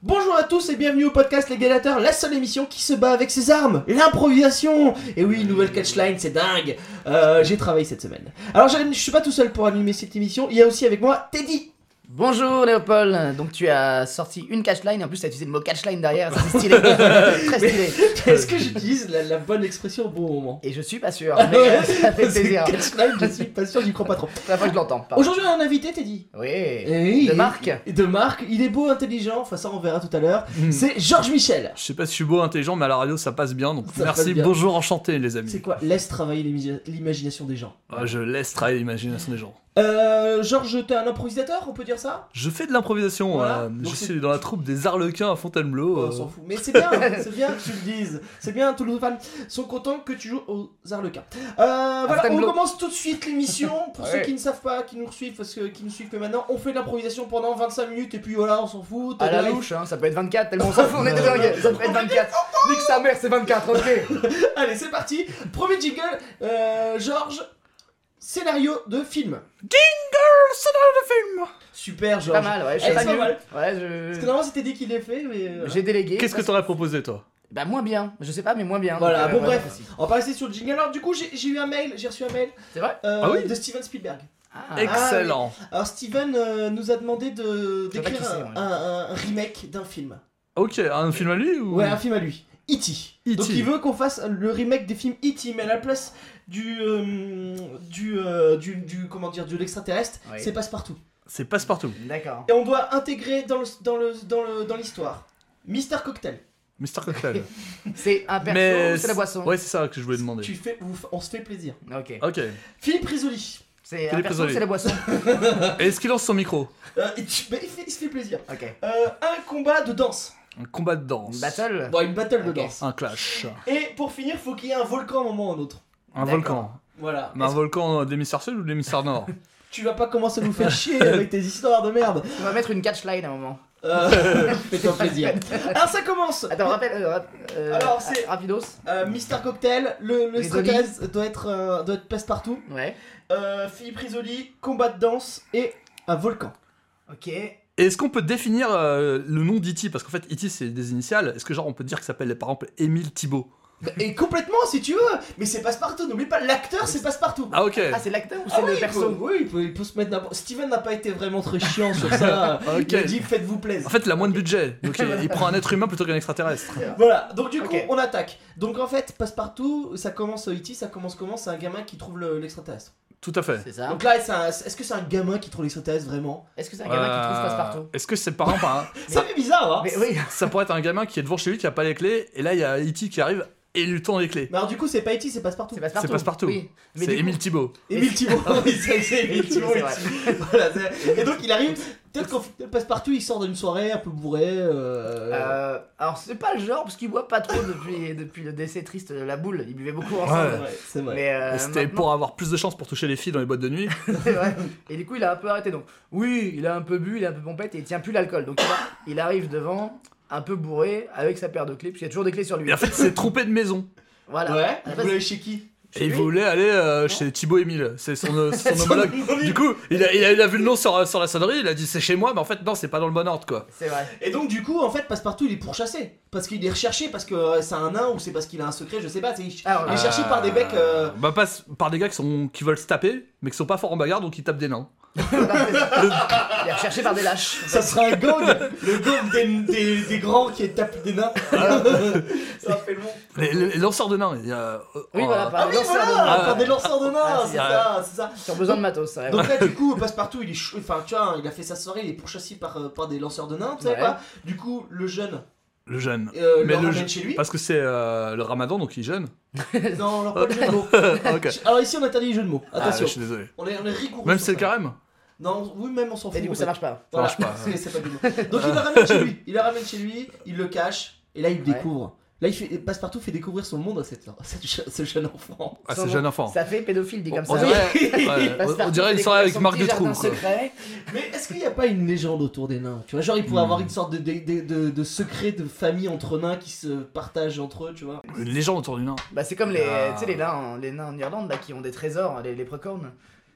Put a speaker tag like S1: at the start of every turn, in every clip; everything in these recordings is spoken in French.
S1: Bonjour à tous et bienvenue au podcast Les Galateurs, la seule émission qui se bat avec ses armes, l'improvisation Et oui, nouvelle catchline, c'est dingue Euh, J'ai travaillé cette semaine. Alors je, ne suis pas tout seul pour animer cette émission, il y a aussi avec moi Teddy
S2: Bonjour Léopold, donc tu as sorti une catchline, en plus tu as utilisé le mot catchline derrière, ça, c'est stylé, très stylé.
S1: Est-ce que j'utilise la, la bonne expression au bon moment
S2: Et je suis pas sûr, mais euh, ça fait
S1: C'est
S2: plaisir.
S1: catchline, je suis pas sûr, j'y crois pas trop.
S2: C'est la fois que je l'entends. pardon.
S1: Aujourd'hui on a un invité Teddy
S2: Oui,
S1: Eh oui,
S2: de
S1: il-
S2: marque.
S1: De marque, il est beau, intelligent, enfin ça on verra tout à l'heure.
S2: Hmm.
S1: C'est Georges Michel
S3: Je sais pas si je suis beau, intelligent, mais à la radio ça passe bien. Donc
S1: Ça passe
S3: merci,
S1: bien.
S3: bonjour, enchanté les amis.
S1: C'est quoi Laisse travailler l'imagi- l'imagination des gens.
S3: Ah, je laisse travailler l'imagination des gens.
S1: Euh, Georges, t'es un improvisateur, on peut dire ça
S3: Je fais de l'improvisation.
S1: Voilà.
S3: euh,
S1: Donc
S3: je
S1: c'est-
S3: suis dans la troupe des Arlequins à Fontainebleau.
S1: Ouais,
S3: euh,
S1: on s'en fout. Mais c'est bien, c'est bien que tu le dises. C'est bien, tous les fans sont contents que tu joues aux Arlequins. Euh, voilà, on
S2: Fontainebleau.
S1: commence tout de suite l'émission. Pour ceux
S2: Ouais.
S1: qui ne savent pas, qui nous suivent, parce que qui nous suivent que maintenant, on fait de l'improvisation pendant 25 minutes et puis voilà, on s'en fout.
S2: À la
S1: t'as-
S2: louche, hein, ça peut être 24, tellement on s'en fout, on est des dingues, ça peut être 24. Nique sa mère, c'est 24, ok.
S1: Allez, c'est parti. Premier jingle, euh, Georges, scénario de film.
S3: film.
S1: Super, Georges.
S2: Pas mal, ouais, je
S1: Eh,
S2: suis pas
S1: c'est pas
S2: nul.
S1: mal.
S2: Ouais,
S1: Parce que
S2: je...
S1: normalement, c'était dit qu'il l'ait fait, mais. euh,
S2: J'ai délégué.
S3: Qu'est-ce que
S2: parce-
S3: t'aurais proposé toi
S2: Bah moins bien, je sais pas, hein, mais moins bien.
S1: Voilà,
S2: donc, euh,
S1: bon,
S2: ouais,
S1: bref.
S2: pas possible.
S1: On va passer sur le jingle. Alors, du coup, j'ai j'ai eu un mail, j'ai reçu un mail
S2: C'est vrai
S1: euh,
S3: Ah oui
S1: de Steven Spielberg.
S2: Ah,
S3: Excellent.
S1: Alors Steven euh, nous a demandé de
S2: Je sais pas
S1: d'écrire
S2: qui c'est,
S1: un,
S2: moi.
S1: un- un remake d'un film.
S3: Ok, un film à lui ou
S1: Ouais, un film à lui. E.T.
S3: E.T..
S1: Donc il veut qu'on fasse le remake des films E.T. mais à la place du euh, du, euh, du du- comment dire de l'extraterrestre,
S2: Oui.
S1: c'est passe-partout.
S3: C'est passe-partout.
S2: D'accord.
S1: Et on doit intégrer dans le dans le dans le dans l'histoire. Mister Cocktail.
S3: Mr. Cocktail.
S2: C'est un perso
S3: Mais
S2: ou c'est la boisson
S3: Ouais, c'est ça que je voulais demander.
S1: Tu fais vous- on se fait plaisir.
S2: Ok.
S3: Ok.
S1: Philippe Risoli.
S2: C'est
S3: Tous
S2: un
S3: les
S2: perso ou
S3: prisonniers.
S2: c'est la boisson
S3: Est-ce qu'il lance son micro
S1: Euh, et tu- mais il, fait, il se fait plaisir.
S2: Ok.
S1: Euh, un combat de danse.
S3: Un combat de danse.
S2: Une battle
S1: Bon, une battle de
S2: Ah. Ok.
S1: danse.
S3: Un clash.
S1: Et pour finir, faut qu'il y ait un volcan à un moment ou à un autre.
S3: Un
S2: D'accord.
S3: volcan.
S1: Voilà.
S3: Mais un volcan de l'hémisphère sud ou de l'hémisphère nord
S1: Tu vas pas commencer à nous faire chier avec tes histoires de merde.
S2: On va mettre une catchline à un moment.
S1: Euh, Fais-toi plaisir. Alors ça commence.
S2: Attends, rappelle. euh, rap- euh,
S1: Alors, c'est-
S2: ra- Rapidos
S1: Euh, Mister Cocktail, le, le
S2: Risoli.
S1: extraterrestre doit être euh, doit être passe-partout.
S2: Ouais.
S1: Euh, Philippe Risoli, combat de danse et un volcan.
S2: Ok.
S3: Et Est-ce qu'on peut définir euh, le nom d'E.T. Parce qu'en fait, E.T. c'est des initiales. Est-ce que genre on peut dire qu'il s'appelle par exemple Émile Thibault
S1: Et complètement si tu veux, mais c'est passe-partout. N'oublie pas, l'acteur c'est passe-partout.
S3: Ah ok.
S2: Ah, c'est l'acteur ou
S1: Ah
S2: c'est
S1: oui,
S2: le
S1: il
S2: perso
S1: peut- oui, il peut, il peut se mettre n'importe. Steven n'a pas été vraiment très chiant sur ça.
S3: Ok.
S1: Il a dit faites-vous plaisir.
S3: En fait, il a moins de budget. Donc il, il prend un être humain plutôt qu'un extraterrestre.
S1: Voilà, donc du coup,
S2: Ok.
S1: on attaque. Donc en fait, passe-partout, ça commence euh, E.T., ça commence comment C'est un gamin qui trouve le- l'extraterrestre.
S3: Tout à fait.
S2: C'est ça.
S1: Donc là, c'est un- est-ce que c'est un gamin qui trouve l'extraterrestre vraiment
S2: Est-ce que c'est un gamin qui trouve
S3: Euh,
S2: passe-partout
S3: Est-ce que c'est par exemple un-
S1: Ça fait bizarre, hein
S2: Mais oui
S3: ça pourrait être un gamin qui est devant chez lui qui a pas les clés et là il y a E.T. qui arrive et lui tend les clés.
S1: Mais alors du coup, c'est pas E.T., c'est passe-partout.
S2: C'est passe-partout.
S3: C'est passe-partout.
S2: Oui. Mais
S3: C'est
S2: du coup-
S3: Émile Thibault.
S1: Émile Thibault, oui, c'est c'est Émile
S2: Oui, c'est
S1: Thibault.
S2: vrai.
S1: Voilà, c'est- et donc il arrive, peut-être qu'on fait- passe-partout, il sort d'une soirée un peu bourré. euh,
S2: Euh, alors, c'est pas le genre, parce qu'il boit pas trop depuis, depuis le décès triste de la boule. Ils buvaient beaucoup
S1: c'est
S2: ensemble.
S1: vrai, C'est vrai.
S2: Mais euh,
S3: Et C'était
S2: maintenant-
S3: pour avoir plus de chances pour toucher les filles dans les boîtes de nuit.
S2: C'est vrai. Et du coup, il a un peu arrêté. Donc, oui, il a un peu bu, il a un peu pompette et il tient plus l'alcool. Donc, il, a- il arrive devant, un peu bourré, avec sa paire de clés, parce qu'il y a toujours des clés sur lui.
S3: Et en fait, il s'est trompé de maison.
S2: Voilà.
S1: Ouais,
S2: À la
S1: vous
S2: base,
S1: l'avez chez qui
S2: chez
S3: Et il
S2: lui.
S3: voulait aller euh, chez Thibault Émile. C'est son, euh, c'est son homologue. Du coup, il a, il a- il a vu le nom sur, euh, sur la sonnerie, il a dit c'est chez moi, mais en fait, non, c'est pas dans le bon ordre quoi.
S2: C'est vrai.
S1: Et donc du coup, en fait, passe-partout, il est pourchassé. Parce qu'il est recherché, parce que euh, c'est un nain, ou c'est parce qu'il a un secret, je sais pas. c'est- Il
S2: Alors,
S1: il est cherché par des becs... euh,
S3: Bah, pas par des gars qui, sont, qui veulent se taper, mais qui sont pas forts en bagarre, donc ils tapent des nains.
S2: Il est recherché par des lâches.
S1: Ça sera un gang, le gang des, des, des grands qui tapent des nains. ça fait le monde.
S3: Les, les- les lanceurs de nains, il y a. euh,
S2: Oui,
S3: euh,
S2: voilà, par
S1: Ah oui,
S2: des lanceurs
S1: voilà,
S2: de-
S3: Ah,
S1: par des lanceurs de nains,
S2: Ah,
S1: c'est ça,
S3: ah,
S1: c'est ça.
S2: qui ont besoin de matos. c'est vrai.
S1: Donc là, du coup, passe-partout, il est chou- Enfin, tu vois, il a fait sa soirée, il est pourchassé par, euh, par des lanceurs de nains, tu sais
S2: Ouais.
S1: pas. Du coup, le jeune
S3: Le jeune.
S1: euh,
S3: Mais
S1: le
S3: le
S1: ramène
S3: je-
S1: chez lui.
S3: Parce que c'est euh, le ramadan, donc il jeûne.
S1: Non, alors pas le jeu de mots.
S3: Ah, ok.
S1: Alors ici, on interdit les jeux de mots.
S3: Ah, je
S1: Attention,
S3: suis désolé.
S1: on, est, on est rigoureux.
S3: Même si
S1: sur
S3: c'est le
S1: ça.
S3: carême
S1: Non, oui, même on s'en fout.
S2: Et du coup,
S1: en
S2: ça
S1: fait.
S2: marche pas. hein.
S1: Voilà.
S3: marche pas.
S1: C'est- c'est pas du mot. Donc il le ramène chez lui. Il le ramène chez lui, il le cache, et là, il le
S2: Ouais.
S1: découvre. Là, il fait, passe-partout fait découvrir son monde à cette, à cette che- ce jeune enfant.
S3: Ah,
S2: Son
S3: c'est
S2: nom.
S3: jeune enfant.
S2: Ça fait pédophile dit comme ça.
S3: On dirait, ouais,
S2: Parce que
S3: on- on dirait une
S2: Arthur
S3: soirée
S2: découvre
S3: avec
S2: son
S3: Marc
S2: petit
S3: Dutroux.
S2: jardin
S3: quoi.
S2: secret.
S1: Mais est-ce qu'il n'y a pas une légende autour des nains Tu vois, genre il pourrait
S3: Hmm.
S1: avoir une sorte de, de, de, de- de secret de famille entre nains qui se partagent entre eux, tu vois.
S3: Une légende autour du nain.
S2: Bah, c'est comme les,
S3: Ah.
S2: tu sais, les, nains, en- les nains en Irlande là, qui ont des trésors, les, les précornes.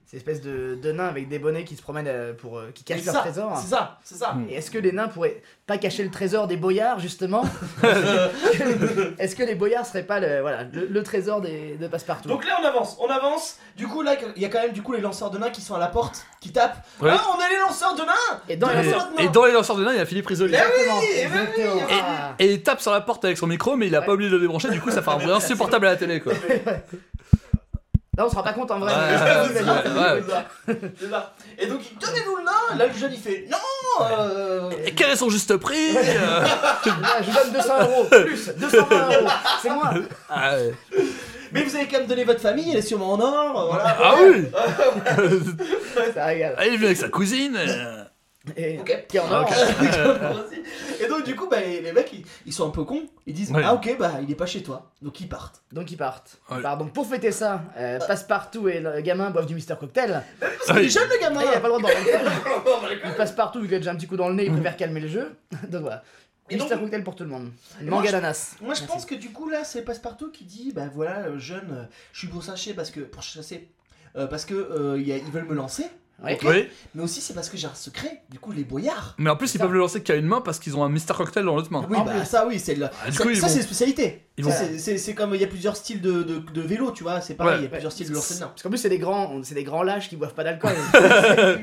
S2: ces espèces de, de nains avec des bonnets qui se promènent euh, pour euh, qui cachent
S1: C'est
S2: leur
S1: ça,
S2: trésor. Hmm.
S1: C'est ça, c'est ça.
S2: Et est-ce que les nains pourraient pas cacher le trésor des boyards justement Est-ce que les boyards seraient pas le, voilà, le, le trésor des, de Passepartout
S1: Donc là on avance, on avance. Du coup là il y a quand même du coup les lanceurs de nains qui sont à la porte, qui tapent.
S3: Ouais.
S1: Ah on a les lanceurs de nains.
S2: Et dans
S3: eh
S1: Et-
S2: la
S1: lanceurs de nains.
S3: Et dans les lanceurs de nains, il y a Philippe Risoli.
S2: Exactement,
S1: oui, eh ben oui,
S2: exactement.
S1: eh ben
S2: Ah.
S3: Et il tape sur la porte avec son micro, mais il a
S2: Ouais.
S3: pas oublié de le débrancher, du coup ça fait un bruit insupportable à la télé quoi.
S2: Là, on se rend pas compte en vrai.
S3: Ouais,
S2: mais-
S3: ouais, Euh, ouais,
S2: Imagine,
S3: ouais.
S2: c'est ça.
S1: C'est ça. Et donc il donnez-nous le nain. Là le jeune il fait non. euh,
S3: Et quel est son juste prix euh,
S2: Là, je vous donne 200 euros, plus 220 euros, c'est moi.
S3: ah, ouais.
S1: Mais vous avez quand même donné votre famille, elle est sûrement en or. euh, Voilà.
S3: Ah oui
S2: Ça régale.
S3: Ah, Il est venu avec sa cousine. euh.
S2: Et
S1: Ok.
S2: qui en a,
S3: Ah, Ok.
S1: Ah, Et donc du coup bah, les mecs ils, ils sont un peu cons. Ils disent
S3: Ouais.
S1: ah ok bah il est pas chez toi. Donc ils partent.
S2: donc ils partent. Ils
S3: Ouais.
S2: partent. Donc pour fêter ça, euh,
S1: Ah.
S2: Passepartout et le gamin boivent du Mister Cocktail.
S1: Parce qu'il
S3: Oui.
S1: est jeune le gamin.
S2: Et Ah, il a pas le droit d'en Il passe partout, vu qu'il a déjà un petit coup dans le nez, il préfère calmer le jeu. Donc voilà.
S1: Et donc-
S2: Mister Cocktail pour tout le monde.
S1: Et moi,
S2: Manga
S1: je-
S2: d'ananas.
S1: Moi je
S2: Merci.
S1: pense que du coup là c'est Passepartout qui dit bah voilà euh, jeune euh, je suis pour chasser parce que pour chasser euh, parce que euh, il y a- ils veulent me lancer
S2: Ouais.
S1: Ok.
S3: Oui,
S1: mais aussi c'est parce que j'ai un secret du coup les boyards
S3: mais en plus ils
S2: Ça.
S3: peuvent le lancer qu'à une main parce qu'ils ont un Mister Cocktail dans l'autre main.
S1: oui
S2: en
S1: bah
S2: plus.
S1: ça oui c'est le...
S3: Ah, du
S1: ça,
S3: coup, ils
S1: ça,
S3: vont-
S1: c'est spécialité
S3: ils
S1: Ça,
S3: vont-
S1: c'est- c'est c'est comme il y a plusieurs styles de, de, de vélo tu vois c'est pareil il y a
S2: Ouais.
S1: plusieurs styles de lancer de nain.
S2: Parce qu'en plus, c'est des grands, c'est des grands lâches qui boivent pas d'alcool.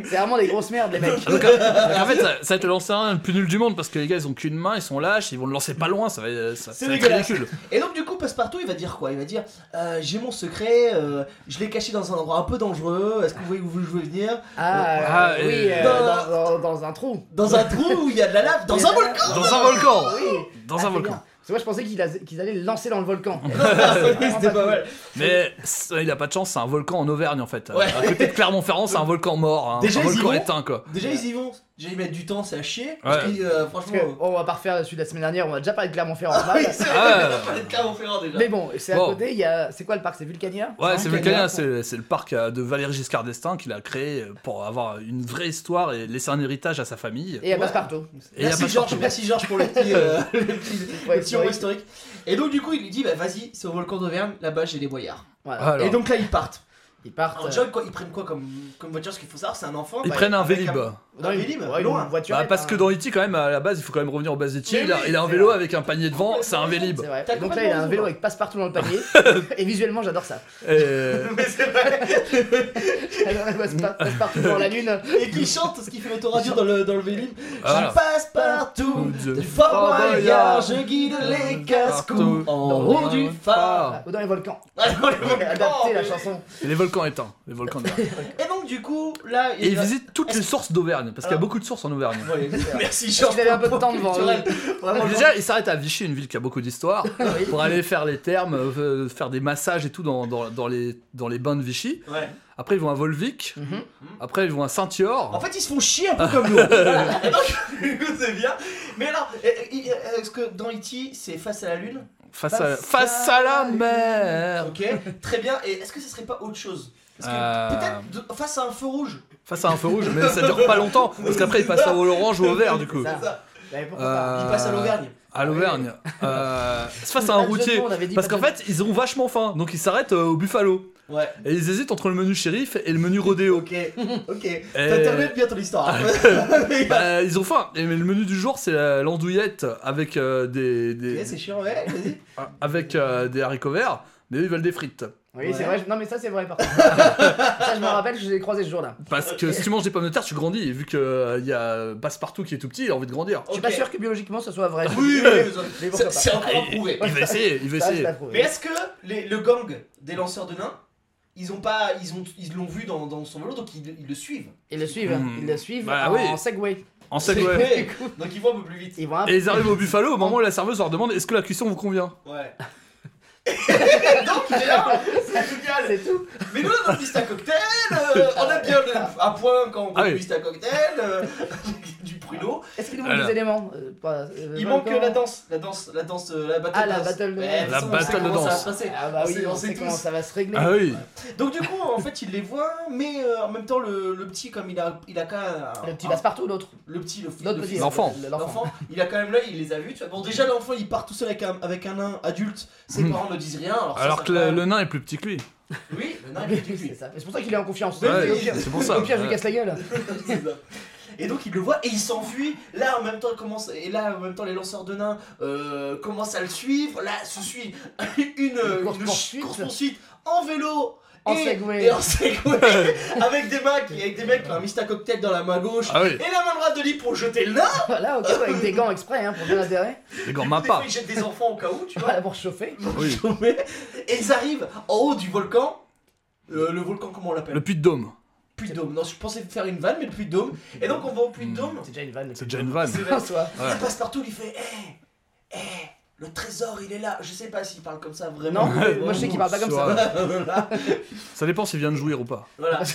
S2: c'est vraiment des grosses merdes, les mecs.
S3: Ah, donc, euh, en fait, ça, ça va être le lancer un le plus nul du monde parce que les gars ils ont qu'une main, ils sont lâches, ils vont le lancer pas loin, ça va, euh, ça,
S1: C'est
S3: ça va être
S1: dégueulasse.
S3: ridicule.
S1: et donc du coup Passepartout il va dire quoi il va dire euh, j'ai mon secret euh, je l'ai caché dans un endroit un peu dangereux est-ce que vous voyez où je veux venir
S2: Ah,
S3: Ah,
S2: euh,
S3: et-
S2: oui, euh,
S1: Dans-
S2: dans, dans- dans un trou.
S1: dans un trou où il y a de la lave dans un volcan
S3: Dans un volcan
S2: Oui.
S3: Oh, Dans
S2: Ah,
S3: un
S2: c'est bien.
S3: volcan.
S2: Parce que moi, je pensais qu'ils a- qu'ils allaient le lancer dans le volcan.
S1: c'était pas mal
S3: Mais ça, il a pas de chance, c'est un volcan en Auvergne en fait. Euh,
S1: Ouais.
S3: À côté de Clermont-Ferrand, c'est un volcan mort, hein.
S1: Déjà,
S3: un
S1: ils y
S3: volcan
S1: vont.
S3: éteint quoi.
S1: Déjà ils y vont, déjà ils mettent du temps, c'est à chier. Parce
S3: Ouais.
S1: que, euh,
S2: Parce
S1: franchement,
S2: que, oh, on va pas refaire celui de la semaine dernière, on a déjà parlé de Clermont-Ferrand.
S1: ah oui,
S2: Voilà.
S1: c'est
S3: Ah.
S1: vrai, on a parlé de Clermont-Ferrand déjà.
S2: Mais bon, c'est à
S3: Bon.
S2: côté, il y a. C'est quoi le parc C'est Vulcania
S3: Ouais,
S1: C'est
S3: c'est
S1: un
S3: Vulcania,
S1: canard.
S3: c'est c'est le parc euh, de Valéry Giscard d'Estaing qu'il a créé euh, pour avoir une vraie histoire et laisser un héritage à sa famille.
S2: Et elle
S1: Ouais.
S2: passe partout.
S1: merci
S3: Et y a pas
S1: Georges,
S3: sorti.
S1: merci Georges pour le petit, euh, le petit,
S2: Ouais,
S1: le petit
S2: ouais.
S1: moment historique. Et donc du coup il lui dit bah vas-y, c'est au volcan d'Auvergne, là-bas j'ai les boyards.
S2: Voilà.
S3: Alors.
S1: Et donc là ils partent.
S2: Ils partent.
S1: Alors
S2: euh,
S1: déjà quoi, ils prennent quoi comme, comme voiture Ce qu'il faut savoir c'est un enfant.
S3: Ils
S1: bah,
S3: prennent un
S1: avec
S3: Vélib.
S1: Dans les libres,
S2: ouais,
S1: loin.
S2: une voiture.
S3: Bah, parce que dans E.T. quand même, à la base, il faut quand même revenir aux bases d'E.T.
S1: Mais
S3: Il, a-
S1: oui,
S3: il a un
S1: c'est
S3: vélo
S1: vrai.
S3: avec un panier devant, c'est un Vélib.
S2: C'est vrai.
S1: T'as
S2: Et Donc là,
S1: complètement
S2: il a un
S1: raison,
S2: vélo
S1: hein.
S2: avec passe-partout dans le panier. et visuellement, j'adore ça.
S3: Et-
S1: Mais c'est vrai.
S2: Alors, elle passe pas- passe-partout dans la lune.
S1: Et qui chante ce qu'il fait l'autoradio dans le, dans le Vélib.
S3: Ah, Voilà.
S1: Je passe partout
S3: Good.
S1: du Fort
S3: Fort
S1: Boyard,
S3: Boyard.
S1: je guide les
S3: Partout.
S1: casse-coups en
S3: Dans
S1: haut
S3: le
S1: du phare.
S3: phare.
S2: Ah, Ou dans les volcans.
S1: Ah, dans le volcan,
S2: Adapter la
S1: mais-
S2: chanson.
S3: Et les volcans éteints. Les volcans éteints.
S1: Et donc du coup, là,
S3: Et il
S1: va-
S3: visite toutes les sources d'Auvergne, parce qu'il y a
S1: Alors.
S3: beaucoup de sources en Auvergne.
S1: Ouais, merci Georges.
S2: qu'il avait un peu de
S1: pour le
S2: temps devant
S1: culturel. Vraiment, Georges.
S3: Déjà, il s'arrête à Vichy, une ville qui a beaucoup d'histoire,
S1: Ah
S3: pour aller faire les thermes, euh, faire des massages et tout dans, dans- dans les, dans les bains de Vichy.
S1: Ouais.
S3: Après, ils vont à Volvic.
S2: Mhm.
S3: Après, ils vont à Saint-Ior.
S1: En fait, ils se font chier un peu comme nous. Voilà. Et donc, c'est bien. Mais alors, euh, euh, est-ce que dans E.T., c'est face à la lune
S3: Face, à, face à la mer.
S1: Ok, très bien. Et est-ce que ce serait pas autre chose Parce que
S3: Euh.
S1: peut-être de- face à un feu rouge.
S3: Face à un feu rouge, mais ça dure pas longtemps, parce qu'après, ils passent à l'orange ou au vert, du coup.
S1: C'est ça.
S2: Ouais, pourquoi pas.
S3: Euh,
S1: Ils passent à l'Auvergne.
S3: À l'Auvergne. Euh, c'est face à
S2: Pas de
S3: un
S2: jeu de
S3: routier.
S2: mots, on avait dit
S3: Parce
S2: pas
S3: qu'en
S2: de
S3: fait, ils ont vachement faim, donc ils s'arrêtent euh, au Buffalo.
S1: Ouais.
S3: Et ils hésitent entre le menu shérif et le menu rodéo.
S1: Ok, ok. T'as terminé bien ton histoire.
S3: Bah, ils ont faim. Et mais le menu du jour, c'est la- l'andouillette avec euh, des, des-
S1: Ok, c'est chiant, ouais. vas-y.
S3: avec euh, des haricots verts. Mais eux, ils veulent des frites.
S2: Oui,
S1: Ouais.
S2: c'est vrai. je- Non, mais ça, c'est vrai, par contre. ça, je me rappelle, je l'ai croisé ce jour-là.
S3: Parce que si tu manges des pommes de terre, tu grandis. Et vu qu'il y a Passepartout qui est tout petit, il a envie de grandir.
S2: Je suis
S1: Ok.
S2: pas sûr que biologiquement, ça soit vrai.
S1: Oui, oui,
S2: Mais
S1: oui.
S2: pourquoi
S1: C'est-
S2: pas.
S1: C'est encore à
S3: Et-
S1: prouver.
S3: Il va essayer, il va
S2: Ça, je
S3: essayer.
S2: l'approuve.
S1: Mais est-ce que les- le gang des lanceurs de nains, ils ont pas, ils ont, ils l'ont vu dans, dans son vélo, donc ils, ils le suivent.
S2: Ils le suivent. hein.
S3: Hmm.
S2: Ils le suivent
S3: Bah
S2: en,
S3: oui.
S2: en Segway.
S3: En Segway.
S1: Donc ils vont un peu plus vite.
S2: Ils vont un
S3: Et ils arrivent au Buffalo au moment où la serveuse leur demande est-ce que la cuisson vous convient
S1: Ouais. Et donc il est là, c'est génial.
S2: C'est tout.
S1: Mais nous dans le Vista Cocktail, euh, on a bien le- un point quand on prend
S3: Ah
S1: le
S3: oui.
S1: Vista Cocktail, euh, du pruneau.
S2: Est-ce qu'il nous manque
S3: Alors.
S2: des éléments euh, pas- euh,
S1: Il manque
S2: volcan
S1: la danse, la danse, la danse, euh, la battle
S2: Ah, la
S1: dance.
S2: battle de-
S1: Ouais, de toute
S3: La
S1: façon, on sait
S3: battle de
S1: comment ça va
S3: danse.
S1: se passer.
S2: Ah bah
S1: On
S2: oui,
S1: sait-
S2: on sait
S1: tous.
S2: comment ça va se régler.
S3: Ah oui
S1: Donc du coup, en fait, il les voit, mais euh, en même temps, le, le petit, comme il a, il a qu'un,
S2: Le petit
S1: un-
S2: passe-partout, l'autre.
S1: le petit, le, fi-
S2: L'autre
S1: le
S2: petit.
S1: fils.
S3: L'enfant.
S2: L'enfant.
S1: L'enfant, il a quand même là, il les a vus. Tu vois. Bon, déjà, l'enfant, il part tout seul avec un, avec un nain adulte. Ses
S3: Mm.
S1: parents ne disent rien. Alors, ça,
S3: Alors
S1: ça
S3: que
S1: quand
S3: le,
S1: même-
S3: le nain est plus petit que lui.
S1: Oui, non, il est
S2: C'est ça. C'est pour ça qu'il est en confiance.
S1: Ouais,
S2: Au
S1: ouais,
S2: pire-
S3: c'est pour ça.
S2: Au pire, je lui
S3: Ouais.
S2: casse la gueule.
S1: C'est ça. Et donc il le voit et il s'enfuit. Là en même temps commence et là en même temps les lanceurs de nains euh, commencent à le suivre. Là se suit une, euh,
S2: course
S1: une
S2: poursuite.
S1: course poursuite en vélo.
S2: En
S1: et,
S2: Segway.
S1: et en Segway avec des mecs avec des mecs qui ont un Mista cocktail dans la main gauche
S3: Ah oui,
S1: et la main droite de lit pour jeter le nain.
S2: Voilà, ok, ouais, avec des gants exprès, hein, pour bien l'intérêt.
S3: les
S1: Du
S3: gants
S1: coup,
S3: mains
S1: des fois,
S3: pas.
S1: ils jettent des enfants au cas où, tu vois.
S2: Voilà, pour chauffer.
S3: Oui.
S1: et ils arrivent en haut du volcan. Euh, le volcan comment on l'appelle
S3: Le puits de dôme.
S1: Puy de Dôme. Non, je pensais faire une vanne mais le Puy de Dôme. Et donc on va au Puy de Dôme.
S2: C'est déjà une vanne.
S3: C'est déjà une vanne.
S1: C'est
S2: En soi.
S3: Hmm. Ouais.
S1: Il passe partout, il fait Hé Hé Le trésor, il est là Je sais pas s'il parle comme ça vraiment.
S2: Non, moi je sais qu'il parle pas comme ça.
S3: Ouais.
S1: voilà.
S3: Ça dépend s'il vient de jouir ou pas.
S1: voilà. là,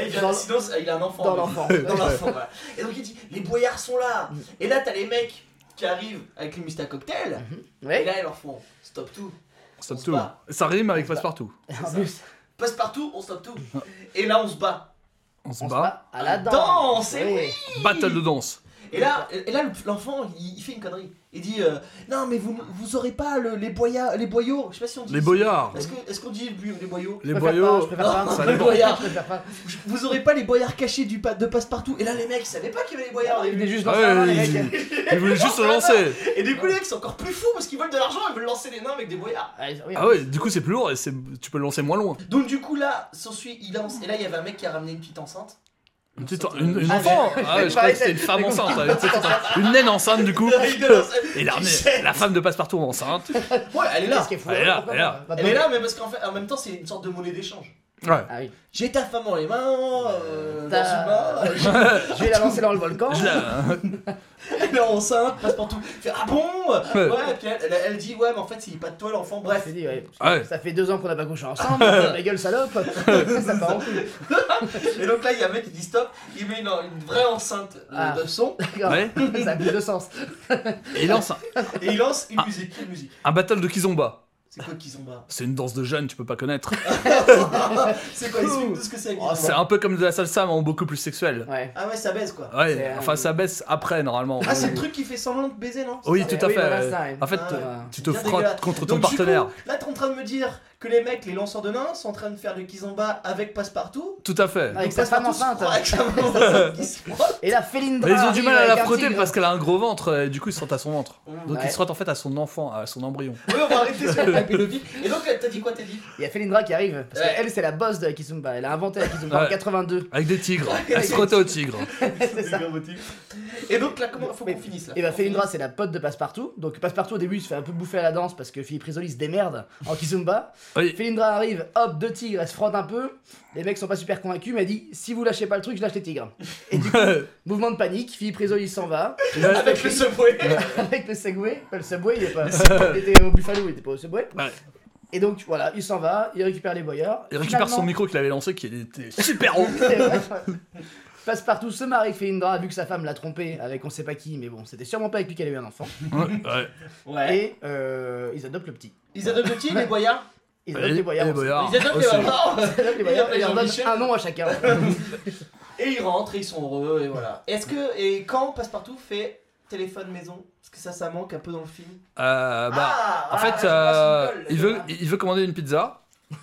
S1: il vient
S2: Dans-
S1: d'un silence, ah, il a un enfant.
S2: Dans
S1: lui.
S2: l'enfant.
S1: Dans l'enfant, voilà. Et donc il dit Les boyards sont là
S3: Hmm.
S1: Et là, t'as les mecs qui arrivent avec les moustaches cocktail.
S3: Hmm.
S1: Et
S2: Ouais,
S1: là, ils leur font Stop tout
S3: Stop
S1: On se
S3: tout.
S1: bat.
S3: Ça rime avec
S2: On se bat.
S3: passe-partout.
S2: en plus.
S1: Passe partout, on stop tout Et là, on se bat.
S3: On se
S2: On se
S3: bat.
S2: bat à la danse.
S1: Danse, eh
S2: Ouais.
S3: Battle de danse.
S1: Et là, et là, le- l'enfant, il, il fait une connerie. Il dit euh, Non, mais vous, vous aurez pas le- les, boya- les boyaux. Je sais pas si on dit
S3: Les
S1: ça.
S3: boyards.
S1: Est-ce que- est-ce qu'on dit bu- les boyaux
S2: Je
S3: Les
S2: préfère pas, Je
S3: boyaux.
S2: préfère pas.
S1: Non,
S3: ça
S1: les
S3: dépend.
S1: boyards.
S2: Je préfère pas.
S1: Vous aurez pas les boyards cachés du pa- de passe-partout. Et là, les mecs, ils savaient pas qu'il y avait les boyards.
S2: Il est
S1: Et,
S2: juste
S3: Ah
S2: dans ça,
S3: ouais,
S2: les
S3: il-
S2: mecs.
S3: Ils voulaient juste se lancer.
S1: et du coup, les mecs sont encore plus fous parce qu'ils veulent de l'argent, ils veulent lancer les nains avec des boyards.
S2: Ouais, oui,
S3: Ah ouais, du coup c'est plus lourd et c'est- tu peux le lancer moins loin.
S1: Donc, du coup, là, s'ensuit, il lance. Et là, il y avait un mec qui a ramené une petite enceinte.
S3: Une, petite- une- une
S2: Ah,
S3: enfant
S2: j'ai-
S3: Ah ouais, je
S2: j'ai-
S3: croyais que c'était une femme enceinte. ouais, une petite enceinte. Une naine enceinte du coup.
S1: Il lance-
S3: Et il a ramené
S1: Qui
S3: la femme de passe-partout enceinte.
S1: Ouais, elle est là.
S2: Qu'est-ce qu'elle fout
S3: Elle est là,
S2: Pourquoi
S3: elle est là.
S2: pas Bah,
S1: Elle est là, mais parce qu'en fait, en même temps, c'est une sorte de monnaie d'échange.
S3: Ouais.
S2: Ah oui.
S1: J'ai ta femme dans les mains, euh, dans
S2: T'as-
S1: une main,
S2: bah, Je vais la lancer dans le volcan.
S3: Je hein. la-
S1: elle est enceinte, passe partout. Il fait, ah bon
S2: Oh.
S3: Ouais.
S1: Ouais, et puis elle, elle- elle dit, ouais, mais en fait, c'est pas de toi l'enfant, bref.
S2: Bref, c'est dit, ouais.
S3: Ah Ouais.
S2: Ça fait deux ans qu'on n'a pas couché ensemble, ta gueule salope! ça part en couille.
S1: Et donc là, il y a un mec qui dit stop, il met une, une vraie enceinte euh,
S2: Ah.
S1: de son
S3: Ouais.
S2: Ça a plus de sens.
S3: Et il lance un,
S1: et il lance une
S3: Ah.
S1: musique. Quelle musique
S3: un battle de kizomba.
S1: C'est quoi Kizomba
S3: C'est une danse de jeunes, tu peux pas connaître.
S1: C'est quoi Explique tout ce que c'est
S2: Oh,
S1: Kizomba.
S3: C'est un peu comme de la salsa mais en beaucoup plus sexuel.
S2: Ouais.
S1: Ah ouais, ça baise quoi.
S3: Ouais,
S2: C'est-
S3: enfin ça baisse après normalement.
S1: euh, Ah, c'est le truc qui fait semblant de baiser, non C'est
S3: Oh. Oui,
S1: ça
S3: tout
S2: Eh
S3: à
S2: oui,
S3: fait.
S2: voilà,
S3: euh,
S2: ça arrive.
S3: en fait,
S1: Ah,
S3: te-
S2: ouais.
S3: tu te
S1: Bien
S3: frottes
S1: dégueulasse.
S3: contre ton
S1: Donc, du coup,
S3: partenaire.
S1: là, t'es en train de me dire que les mecs, les lanceurs de nains, sont en train de faire le Kizomba avec Passepartout.
S3: Tout à fait.
S2: Ouais. Avec
S1: Donc,
S2: sa femme
S1: Passepartout se
S2: enceinte.
S1: frotte Avec sa femme enceinte qui se frotte.
S2: Et là, Féline
S3: Mais ils
S1: ah,
S3: ont du mal à la frotter parce qu'elle a un gros ventre et du coup ils se frottent à son ventre. Donc
S2: Ouais.
S3: ils se frottent en fait à son enfant, à son embryon.
S1: Oui, on va arrêter sur la pédophile. Et donc, t'as dit quoi T'as dit
S2: Il y a Felindra qui arrive, parce
S1: Ouais.
S2: qu'elle, c'est la boss de la Kizumba. Elle a inventé la Kizumba en
S3: Ouais.
S2: 82.
S3: Avec des tigres. Elle se frottait aux tigres.
S2: c'est ça.
S1: Et donc, là, comment faut
S2: Mais-
S1: qu'on finisse là
S2: Et bah, Felindra, c'est la pote de Passepartout. Donc, Passepartout, au début, il se fait un peu bouffer à la danse parce que Philippe Risoli se démerde en Kizumba.
S3: Oui.
S2: Felindra arrive, hop, deux tigres, elle se frotte un peu. Les mecs sont pas super convaincus, mais elle dit Si vous lâchez pas le truc, je lâche les tigres. Mouvement de panique, Philippe Risoli s'en va.
S1: Avec le subway.
S2: avec le Segway, pas le Subway, il est pas. il était au Buffalo, il était pas au Subway.
S3: Ouais.
S2: Et donc voilà, il s'en va, il récupère les boyards.
S3: Il récupère son
S2: Finalement,
S3: micro qu'il avait lancé qui était super haut.
S2: c'est vrai. Passepartout se marie avec Felindra vu que sa femme l'a trompé avec on sait pas qui, mais bon, c'était sûrement pas avec lui qu'elle a eu un enfant.
S3: Ouais, ouais.
S1: Ouais.
S2: Et euh, ils adoptent le petit.
S1: Ils adoptent le petit, les boyards
S2: Ils adoptent
S3: Et-
S2: les boyards.
S3: et
S2: aussi.
S3: boyards
S1: Ils adoptent les
S3: aussi.
S1: boyards
S2: Ils adoptent les boyards et ils leur donnent
S1: Jean-Michel.
S2: un nom à chacun.
S1: Et ils rentrent, et ils sont heureux, et voilà. Est-ce que. Et quand Passepartout fait téléphone maison Parce que ça, ça manque un peu dans le film.
S3: Euh, bah,
S1: ah,
S3: en
S1: ah,
S3: fait,
S1: je
S3: euh,
S1: passe une colle,
S3: il,
S1: là,
S3: veut,
S1: voilà.
S3: il veut commander une pizza.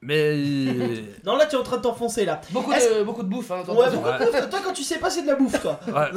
S3: Mais. il-
S1: Non, là, tu es en train de t'enfoncer, là.
S2: Beaucoup
S1: Est-ce-
S2: de, beaucoup de bouffe, hein,
S1: Ouais,
S2: t'entends.
S1: beaucoup de bouffe. Toi, quand tu sais pas, c'est de la bouffe, toi.
S3: Ouais,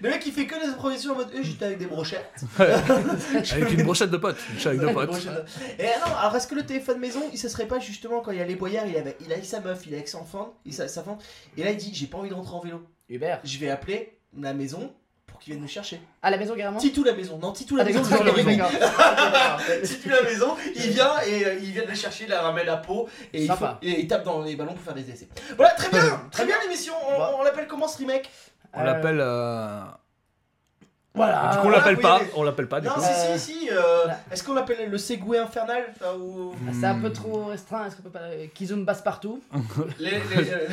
S1: le mec, il fait que des improvisations en mode. Eh, J'étais avec des brochettes.
S3: avec une brochette de potes. Une brochette avec deux
S1: Des
S3: potes.
S1: brochettes. Et non, alors est-ce que le téléphone maison, il se serait pas justement quand il y a les boyards, il, avait, il a avec sa meuf, il est avec son enfant, il sa, sa femme, et là il dit J'ai pas envie de rentrer en vélo.
S2: Hubert.
S1: Je vais appeler la maison pour qu'ils viennent me chercher.
S2: À la maison carrément
S1: Titou la maison, non, Titou
S2: Hein Ah,
S1: la maison, c'est
S2: d'accord,
S1: le
S2: d'accord,
S1: réveil.
S2: d'accord.
S1: Titu la maison, il vient et euh, il vient de le chercher, il la ramène la peau et il,
S2: Sympa.
S1: faut- et il tape dans les ballons pour faire des essais. Voilà, très bien, très bien l'émission.
S2: Bah.
S1: On, on l'appelle comment ce remake
S3: On
S2: Euh,
S3: l'appelle. euh,
S2: Voilà.
S3: Du coup, on
S1: voilà,
S3: l'appelle
S1: oui, Ah,
S3: pas.
S1: oui.
S3: On l'appelle pas Ah, du
S1: Non,
S3: coup.
S2: Euh,
S1: si, si, si. euh,
S2: là.
S1: Est-ce qu'on l'appelle le Segway infernal enfin, ou...
S2: Ah, C'est
S3: Hmm.
S2: un peu trop restreint, est-ce qu'on peut pas. Kizum passe partout.
S1: les, les- euh,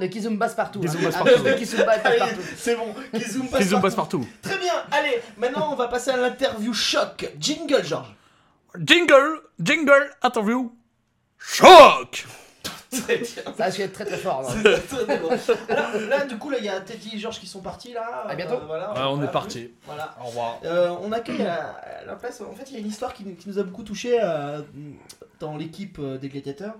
S2: Le Kizum passe partout.
S3: Kizum
S2: hein.
S3: passe Hein partout.
S2: Le Kizum passe
S1: allez,
S2: partout.
S1: C'est bon, Kizoom passe,
S3: Kizum passe
S1: partout.
S3: partout.
S1: Très bien, allez, maintenant on va passer à l'interview choc. Jingle, Georges.
S3: Jingle, jingle, interview. Choc
S1: Très bien.
S2: Ça risque d'être très très fort. hein.
S1: Très bon. Alors là, du coup, là, il y a Teddy et Georges qui sont partis là.
S2: À bientôt.
S1: Euh, voilà,
S3: Ouais, on
S1: voilà.
S3: est parti.
S1: Voilà.
S3: Au revoir.
S1: Euh, on accueille à, à la place. En fait, il y a une histoire qui, qui nous a beaucoup touché euh, dans l'équipe euh, des gladiateurs.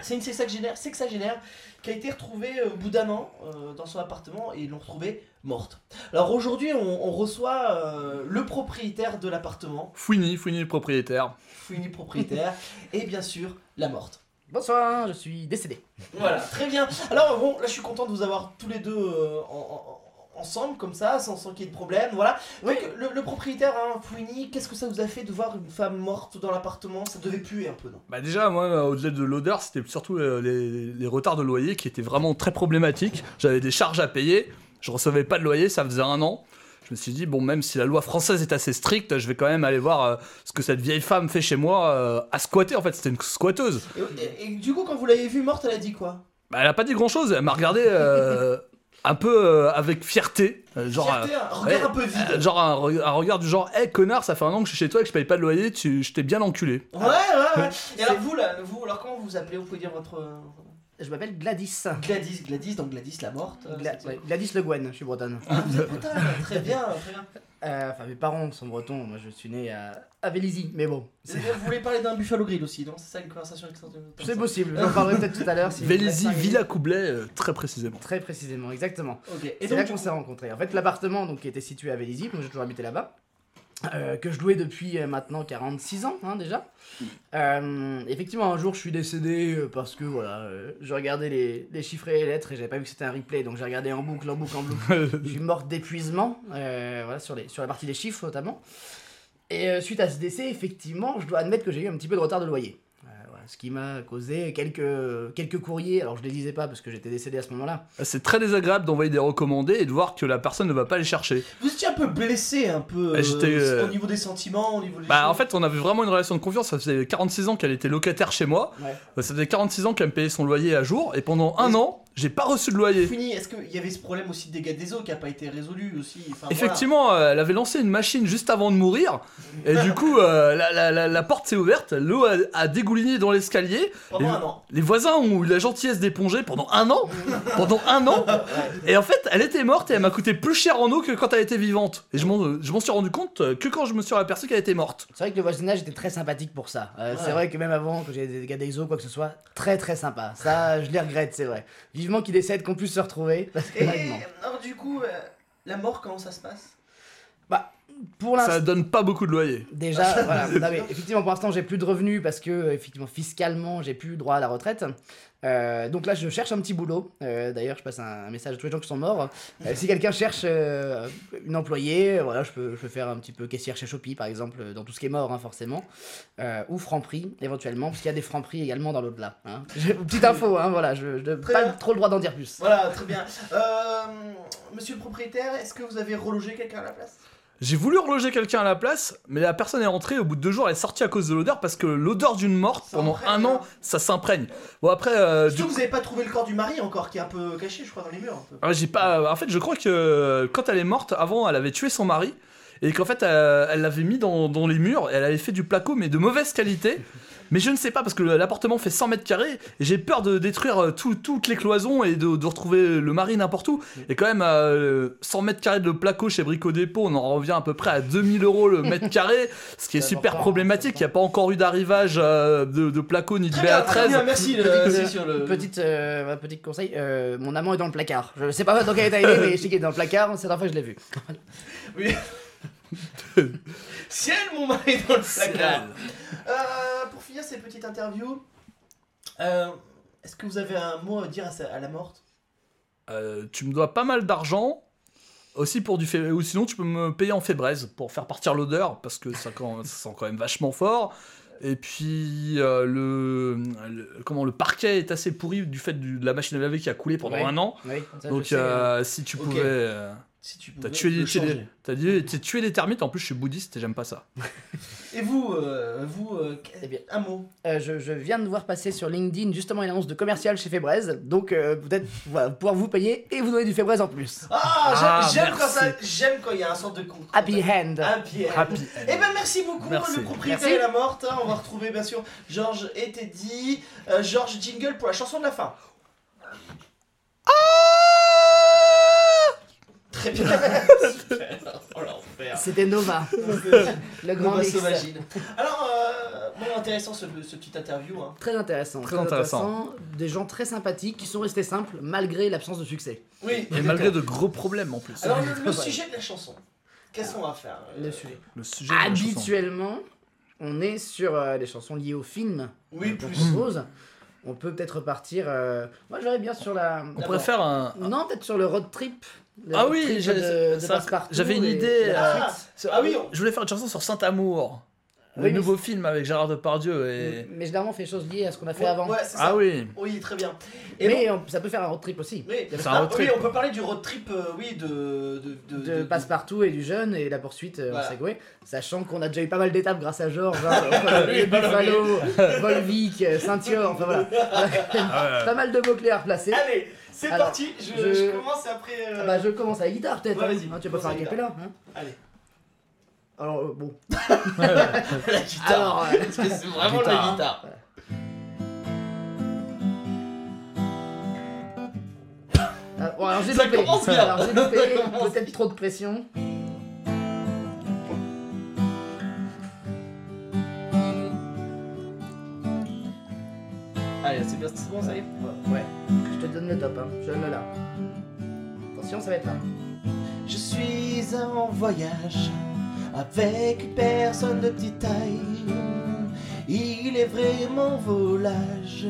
S1: C'est une sexagénaire, sexagénaire qui a été retrouvée euh, au bout d'un an euh, dans son appartement et ils l'ont retrouvée morte. Alors aujourd'hui, on, on reçoit euh, le propriétaire de l'appartement,
S3: Fouini, Fouini le propriétaire.
S1: Fouini propriétaire, et bien sûr la morte.
S2: Bonsoir, hein, je suis décédé.
S1: Voilà, très bien. Alors bon, là je suis content de vous avoir tous les deux euh, en- en- en- ensemble comme ça, sans, sans qu'il y ait de problème. Voilà. Donc le, le propriétaire, hein, Fouini, qu'est-ce que ça vous a fait de voir une femme morte dans l'appartement Ça devait puer un peu, non
S3: Bah déjà, moi, euh, au-delà de l'odeur, c'était surtout euh, les, les retards de loyer qui étaient vraiment très problématiques. J'avais des charges à payer, je recevais pas de loyer, ça faisait un an. Je me suis dit, bon, même si la loi française est assez stricte, je vais quand même aller voir euh, ce que cette vieille femme fait chez moi euh, à squatter. En fait, c'était une squatteuse.
S1: et, et- et du coup, quand vous l'avez vue morte, elle a dit quoi
S3: Bah, elle a pas dit grand-chose, elle m'a regardé euh, un peu euh, avec fierté. euh, genre,
S1: Fierté, un regard
S3: ouais,
S1: un peu vide.
S3: euh, genre un, re- un regard du genre, hé connard, ça fait un an que je suis chez toi et que je paye pas de loyer, tu, je t'ai bien enculé.
S1: Ouais, ouais,
S3: euh,
S1: ouais. Et alors vous, là, vous, alors comment vous vous appelez Vous pouvez dire votre euh,
S2: Je m'appelle Gladys.
S1: Gladys, Gladys, donc Gladys la morte. euh,
S2: Gla-
S1: c'est-
S2: ouais, Gladys Le Guen, je suis bretonne.
S1: Ah, vous êtes putain, très bien, très bien.
S2: Euh, Enfin, mes parents sont bretons, moi je suis né à, à Vélizy, mais bon. c'est-
S1: Vous voulez parler d'un Buffalo Grill aussi, non C'est ça une conversation extraordinaire.
S2: C'est possible, j'en parlerai peut-être tout à l'heure. Si vous restez
S3: Vélizy,
S2: cinq minutes.
S3: Villa Coublet, euh, très précisément.
S2: Très précisément, exactement.
S1: Ok. Et
S2: C'est
S1: donc,
S2: là qu'on s'est rencontrés. En fait, l'appartement donc, qui était situé à Vélizy, moi j'ai toujours habité là-bas, euh, que je louais depuis euh, maintenant 46 ans hein, déjà. Euh, effectivement, un jour je suis décédé euh, parce que voilà, euh, je regardais les, les chiffres et les lettres et j'avais pas vu que c'était un replay, donc j'ai regardé en boucle, en boucle, en boucle. Je suis morte d'épuisement, euh, voilà, sur, les, sur la partie des chiffres notamment. Et euh, suite à ce décès, effectivement, je dois admettre que j'ai eu un petit peu de retard de loyer. Euh, voilà, ce qui m'a causé quelques, quelques courriers, alors je les lisais pas parce que j'étais décédé à ce moment-là.
S3: C'est très désagréable d'envoyer des recommandés et de voir que la personne ne va pas les chercher.
S1: Vous étiez un peu blessé, un peu
S3: Ah, j'étais,
S1: euh,
S3: euh,
S1: au niveau des sentiments, au niveau des.
S3: Bah,
S1: choses.
S3: en fait, on avait vraiment une relation de confiance. Ça faisait 46 ans qu'elle était locataire chez moi.
S2: Ouais.
S3: Euh, Ça faisait 46 ans qu'elle me payait son loyer à jour. Et pendant un an, j'ai pas reçu de loyer.
S1: Fini, est-ce qu'il y avait ce problème aussi de dégâts des eaux qui a pas été résolu aussi Enfin,
S3: Effectivement, euh, elle avait lancé une machine juste avant de mourir. Et du coup, euh, la, la- la- la porte s'est ouverte. L'eau a, a dégouliné dans l'escalier.
S1: voilà, pendant un an.
S3: Les voisins ont eu la gentillesse d'éponger pendant un an. pendant un an. Et en fait, elle était morte et elle m'a coûté plus cher en eau que quand elle était vivante. Et je m'en je m'en suis rendu compte euh, que quand je me suis aperçu qu'elle était morte.
S2: C'est vrai que le voisinage était très sympathique pour ça. Euh,
S1: Ouais.
S2: C'est vrai que même avant, que j'avais des dégâts d'exo, quoi que ce soit, très très sympa. Ça, je les regrette, c'est vrai. Vivement qu'ils décèdent, qu'on puisse se retrouver. Parce que
S1: Et
S2: vraiment.
S1: alors, du coup, euh, la mort, comment ça se passe
S2: Pour l'instant.
S3: Ça donne pas beaucoup de loyer.
S2: Déjà, voilà. Non, mais effectivement, pour l'instant, j'ai plus de revenus parce que, euh, effectivement, fiscalement, j'ai plus droit à la retraite. Euh, donc là, je cherche un petit boulot. Euh, D'ailleurs, je passe un, un message à tous les gens qui sont morts. Euh, si quelqu'un cherche euh, une employée, euh, voilà, je peux, je peux faire un petit peu caissière chez Shopee, par exemple, euh, dans tout ce qui est mort, hein, forcément. Euh, ou Franprix, éventuellement, parce qu'il y a des Franprix également dans l'au-delà. hein. J'ai- Petite info, hein, voilà, je n'ai
S1: Très
S2: pas
S1: bien.
S2: trop le droit d'en dire plus.
S1: Voilà, très bien. Euh, monsieur le propriétaire, est-ce que vous avez relogé quelqu'un à la place
S3: J'ai voulu reloger quelqu'un à la place, mais la personne est rentrée, au bout de deux jours, elle est sortie à cause de l'odeur, parce que l'odeur d'une morte,
S1: Ça
S3: pendant
S1: imprègne,
S3: un an,
S1: hein.
S3: ça s'imprègne. Bon, après, euh, du
S1: Surtout que vous avez pas trouvé le corps du mari encore, qui est un peu caché, je crois, dans les murs. Un peu.
S3: Ah, j'ai pas. En fait, je crois que euh, quand elle est morte, avant, elle avait tué son mari. Et qu'en fait, euh, elle l'avait mis dans, dans les murs. et Elle avait fait du placo, mais de mauvaise qualité. Mais je ne sais pas, parce que l'appartement fait 100 mètres carrés. Et j'ai peur de détruire euh, tout- toutes les cloisons et de, de retrouver le mari n'importe où. Et quand même, euh, 100 mètres carrés de placo chez Brico Dépôt, on en revient à peu près à 2000 euros le mètre carré. Ce qui est
S2: C'est
S3: super
S1: hein,
S2: important,
S3: problématique.
S2: c'est
S3: Il n'y a pas encore eu d'arrivage euh, de, de placo ni de
S1: Très bien, très
S3: BA13.
S1: bien, merci. le-
S2: Petite-
S1: c'est euh, sur le-
S2: Petite, euh, voilà, petit conseil, euh, mon amant est dans le placard. Je sais pas dans quel état il est, mais je sais qu'il est dans le placard, c'est la dernière fois que je l'ai vu.
S1: Ciel, mon mari est dans le placard. Euh, pour finir cette petite interview, euh, est-ce que vous avez un mot à dire à, sa- à la morte
S3: Euh, tu me dois pas mal d'argent. Aussi pour du fé- ou sinon tu peux me payer en fébraise pour faire partir l'odeur parce que ça, quand- ça sent quand même vachement fort. Et puis euh, le, le- comment le parquet est assez pourri du fait du- de la machine à laver qui a coulé pendant
S2: Ouais.
S3: un an.
S2: Oui, ça, je
S3: Donc
S2: sais. hein.
S3: euh, si tu
S1: Ok.
S3: pouvais euh,
S1: Si tu
S3: T'as
S1: pouvais
S3: tué,
S1: le
S3: tué
S1: changer.
S3: des- t'as dit- t'as tué des termites, en plus je suis bouddhiste et j'aime pas ça.
S1: Et vous, euh, vous, euh, que-
S2: Eh bien.
S1: un mot.
S2: Euh, je, je viens de voir passer sur LinkedIn justement une annonce de commercial chez Febreze, donc euh, peut-être voilà, pouvoir vous payer et vous donner du Febreze en plus.
S1: Ah,
S3: Ah,
S1: j'aime- j'aime quand
S3: merci.
S1: ça, j'aime quand il y a un sorte de con-
S2: Happy Hand.
S1: Happy end.
S3: Happy.
S1: Eh ben merci beaucoup,
S3: Ah, Merci.
S1: le propriétaire
S2: Merci.
S1: et la morte. hein. On va retrouver bien sûr Georges et Teddy. Euh, Georges Jingle pour la chanson de la fin. Très bien. Super. Oh l'enfer.
S2: C'était Nova, le grand
S1: Nova
S2: mix.
S1: Sauvagine. Alors, euh, bon, intéressant ce, ce petit interview. hein.
S2: Très intéressant.
S3: Très intéressant.
S2: Des gens très sympathiques qui sont restés simples malgré l'absence de succès.
S1: Oui.
S3: Et malgré de gros problèmes en plus.
S1: Alors, le, le
S2: Ouais.
S1: sujet de la chanson. Qu'est-ce qu'on va faire euh,
S2: Le sujet.
S3: Le sujet de la chanson.
S2: Habituellement, on est sur euh, les chansons liées au film.
S1: Oui,
S2: euh, qu'on
S1: plus.
S2: propose. On peut peut-être repartir. euh, Moi, j'aurais bien sur la.
S3: On préfère un.
S2: Non, peut-être sur le road trip. Le
S3: Ah
S2: road
S3: oui,
S2: trip
S3: j'ai-
S2: de- de
S3: ça-
S2: Passepartout
S3: j'avais une
S2: et-
S3: idée, euh,
S2: et la
S1: Ah,
S2: suite.
S1: ah oui, on-
S3: Je voulais faire une chanson sur Saint-Amour. Le
S2: Oui, mais- Mm.
S3: nouveau film avec Gérard Depardieu et.
S2: Mais généralement, on fait des choses liées à ce qu'on a fait
S1: ouais,
S2: avant.
S1: ouais, c'est ça.
S3: Ah oui
S1: Oui, très bien. Et
S2: mais on- ça peut faire un road trip aussi.
S1: Oui,
S3: C'est un road
S1: Ah,
S3: trip.
S1: oui, on peut parler du road trip, euh, oui, de. de, de,
S2: De passe-partout et du jeune et la poursuite euh,
S1: Voilà.
S2: en Segway, sachant qu'on a déjà eu pas mal d'étapes grâce à Georges, hein, entre les Buffalo, Volvic, euh, Saint-Yor, enfin voilà.
S3: Ah
S2: pas mal de mots clés à replacer.
S1: Allez, c'est
S2: Alors,
S1: parti, je,
S2: je-
S1: je commence et après. euh,
S2: Ah bah je commence à la guitare peut-être,
S1: Ouais,
S2: hein,
S1: vas-y,
S2: hein, tu vas
S1: commence
S2: pas
S1: à
S2: faire
S1: la
S2: un capella. Hein.
S1: Allez,
S2: Alors euh, bon,
S1: la guitare.
S2: alors euh,
S1: parce que c'est vraiment la
S3: Guitare.
S1: guitare.
S2: Ah, bon, alors j'ai
S1: Ça
S2: loupé.
S1: commence bien.
S2: Alors j'ai loupé,
S1: Ça commence
S2: peut-être trop de pression.
S1: Allez, c'est bien, c'est bon, ça y est.
S2: Ouais, ouais. je te donne le top, hein. je le là. Attention, ça va être là.
S1: Je suis en voyage avec une personne de petite taille. Il est vraiment volage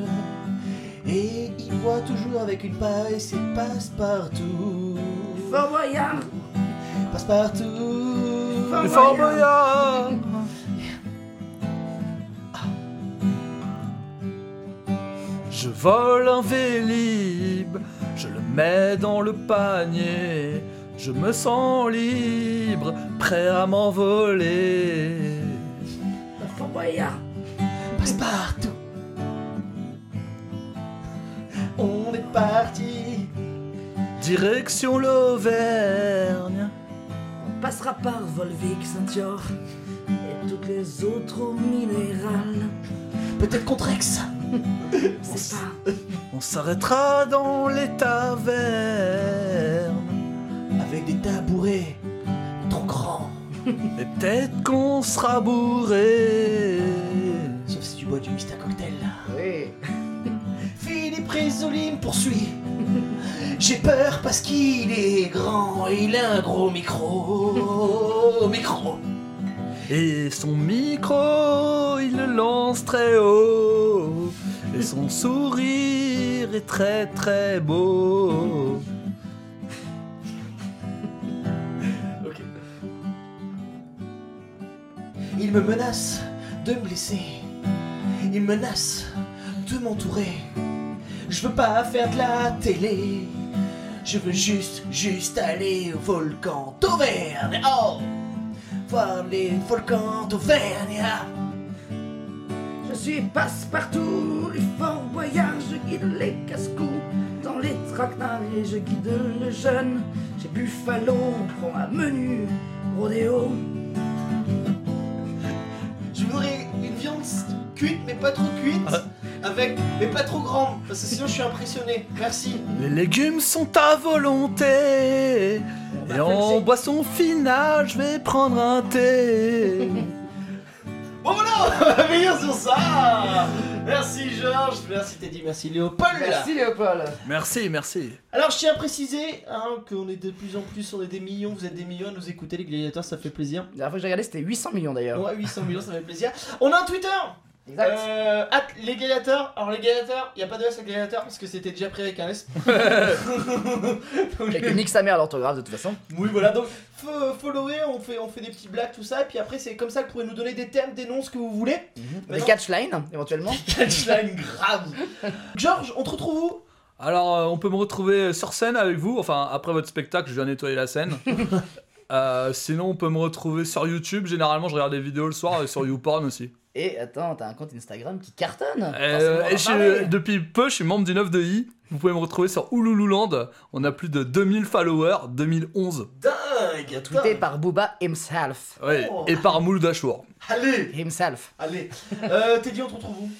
S1: et il boit toujours avec une paille. C'est passe-partout.
S2: Fort Boyard
S1: Passe-partout.
S2: Fort
S3: Le Fort
S2: Oh.
S3: Boyard. Je vole un vélib, je le mets dans le panier, je me sens libre, prêt à m'envoler.
S2: Fort Boyard
S1: Passe-partout. On est parti.
S3: Direction l'Auvergne,
S2: On passera par Volvic, Saint-Yor et toutes les autres eaux minérales.
S1: Peut-être contre Aix.
S2: C'est pas.
S3: on s'arrêtera dans les tavernes,
S1: Avec des tabourets trop grands.
S3: et peut-être qu'on sera bourré.
S1: Sauf si tu bois du mist à cocktail.
S2: Oui.
S1: Philippe Rizzoli me poursuit. J'ai peur parce qu'il est grand et il a un gros micro. Micro.
S3: Et son micro, il le lance très haut. Et son sourire est très très beau.
S1: Ok. Il me menace de me blesser. Il menace de m'entourer. Je veux pas faire de la télé. Je veux juste, juste aller au volcan d'Auvergne. Oh! Voir les volcans d'Auvergne. Ah!
S2: Je suis passe-partout, du Fort Boyard, je guide les casse-cou dans les traquenards et je guide le jeune. J'ai Buffalo, on prend un menu, rodéo.
S1: Je voudrais une viande cuite, mais pas trop cuite. Avec, mais pas trop grande, parce que sinon je suis impressionné. Merci.
S3: Les légumes sont à volonté.
S2: Bah,
S3: Et en boisson finale, je vais prendre un thé.
S1: Bon voilà, on va venir sur ça Merci Georges, merci Teddy, merci Léopold
S2: Léopold.
S3: Merci, merci.
S1: Alors je tiens à préciser hein, qu'on est de plus en plus, on est des millions, vous êtes des millions à nous écouter les gladiateurs, ça fait plaisir.
S2: La dernière fois que j'ai regardé, c'était 800 millions d'ailleurs.
S1: Ouais, 800 millions, ça fait plaisir. On a un Twitter
S2: Exact.
S1: Euh, at les gladiateurs, alors les gladiateurs, il a pas de S à gladiateurs parce que c'était déjà pris avec un S. Donc,
S2: Et que nique sa mère l'orthographe de toute façon.
S1: Oui, voilà, donc fo- follower, on fait, on fait des petites blagues, tout ça, et puis après, c'est comme ça que vous pouvez nous donner des thèmes, des noms, ce que vous voulez.
S2: Des
S1: non.
S2: catchlines éventuellement.
S1: Catchline grave Georges, on te retrouve où
S3: Alors, euh, on peut me retrouver sur scène avec vous. Enfin, après votre spectacle, je viens nettoyer la scène. Euh, sinon, on peut me retrouver sur YouTube. Généralement, je regarde des vidéos le soir et sur YouPorn aussi.
S2: Et attends, t'as un compte Instagram qui cartonne Forcément,
S3: Euh,
S2: on va
S3: et
S2: en
S3: je-
S2: parler.
S3: depuis peu, je suis membre du 9 de I. Vous pouvez me retrouver sur Oulululand. On a plus de 2000 followers, 2011.
S1: Dingue
S2: Tweeté
S1: putain.
S2: par Booba himself.
S3: Ouais.
S1: Oh.
S3: Et par Moule d'Achour.
S1: Allez
S2: Himself.
S1: Allez euh, Teddy, on te retrouve où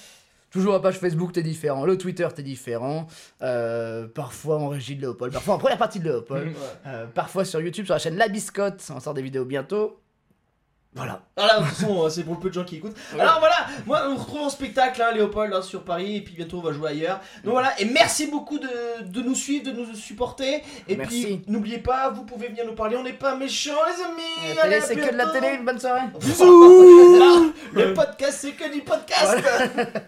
S2: Toujours la page Facebook, t'es différent. Le Twitter, t'es différent. Euh, parfois en régie de Léopold. Parfois en première partie de Léopold. Euh, parfois sur YouTube, sur la chaîne La Biscotte. On sort des vidéos bientôt. Voilà.
S1: Voilà, de toute façon, euh, c'est pour le peu de gens qui écoutent. Alors voilà, moi on me retrouve en spectacle, hein, Léopold, hein, sur Paris, et puis bientôt on va jouer ailleurs. Donc voilà, et merci beaucoup de, de nous suivre, de nous supporter. Et
S2: Merci.
S1: puis n'oubliez pas, vous pouvez venir nous parler, on n'est pas méchants, les amis.
S2: La
S1: Allez,
S2: télé,
S1: à
S2: c'est que de la
S1: bientôt.
S2: télé. Bonne soirée.
S1: Bisous Le podcast, c'est que du podcast